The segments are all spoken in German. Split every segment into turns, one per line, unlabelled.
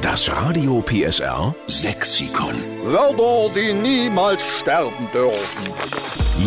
Das Radio PSR Sexikon.
Wörter, die niemals sterben dürfen.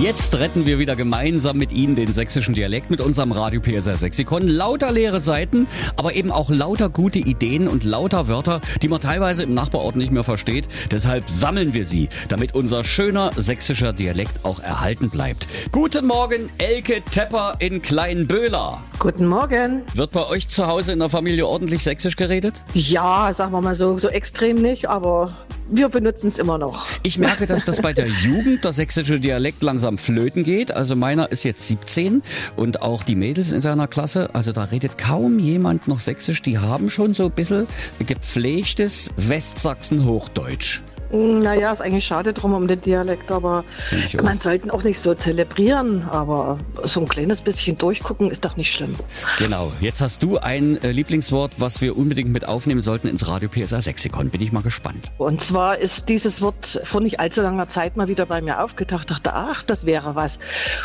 Jetzt retten wir wieder gemeinsam mit Ihnen den sächsischen Dialekt mit unserem Radio PSR Sexikon. Lauter leere Seiten, aber eben auch lauter gute Ideen und lauter Wörter, die man teilweise im Nachbarort nicht mehr versteht. Deshalb sammeln wir sie, damit unser schöner sächsischer Dialekt auch erhalten bleibt. Guten Morgen, Elke Tepper in Kleinböhler.
Guten Morgen.
Wird bei euch zu Hause in der Familie ordentlich sächsisch geredet?
Ja, sagen wir mal so, so extrem nicht, aber wir benutzen es immer noch.
Ich merke, dass das bei der Jugend der sächsische Dialekt langsam flöten geht. Also meiner ist jetzt 17 und auch die Mädels in seiner Klasse, also da redet kaum jemand noch sächsisch. Die haben schon so ein bisschen gepflegtes Westsachsen-Hochdeutsch.
Naja, Hm, ist eigentlich schade drum um den Dialekt, aber
ich auch.
man sollte ihn auch nicht so zelebrieren, aber so ein kleines bisschen durchgucken ist doch nicht schlimm.
Genau. Jetzt hast du ein äh, Lieblingswort, was wir unbedingt mit aufnehmen sollten ins Radio PSA Sexikon. Bin ich mal gespannt.
Und zwar ist dieses Wort vor nicht allzu langer Zeit mal wieder bei mir aufgetaucht, dachte, ach, das wäre was.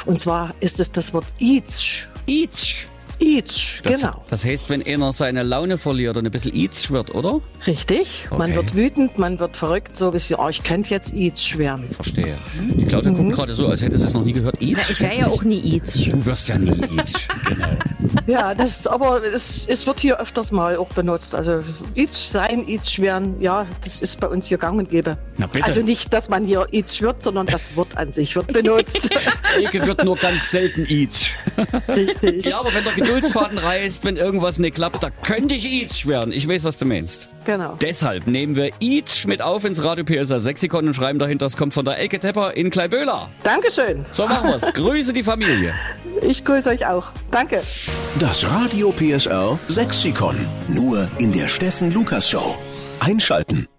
Und zwar ist es das Wort Itsch.
Itsch.
Itsch,
Das,
genau.
Das heißt, wenn einer seine Laune verliert und ein bisschen itsch wird, oder?
Richtig. Man
Okay.
wird wütend, man wird verrückt, so ein bisschen, oh, ich könnte jetzt Itsch werden.
Verstehe. Die Claudia guckt gerade so, als hätte sie es noch nie gehört.
Mhm. Na,
Itsch.
ich wäre ja auch nie Itch.
Du wirst ja nie itsch.
Ja, das, aber es, es wird hier öfters mal auch benutzt. Also Itch sein, Itch werden, ja, das ist bei uns hier gang und gäbe.
Na bitte.
Also nicht, dass man hier Itch wird, sondern das Wort an sich wird benutzt.
Eke wird nur ganz selten itsch.
Richtig.
Ja, aber wenn der Geduldsfaden reißt, wenn irgendwas nicht klappt, da könnte ich itsch werden. Ich weiß, was du meinst.
Genau.
Deshalb nehmen wir itsch mit auf ins Radio PSA Sexikon und schreiben dahinter, es kommt von der Elke Tepper in Kleiböhler.
Dankeschön.
So machen wir's. Grüße die Familie.
Ich grüße euch auch. Danke.
Das Radio PSR Sexikon. Nur in der Steffen Lukas Show. Einschalten.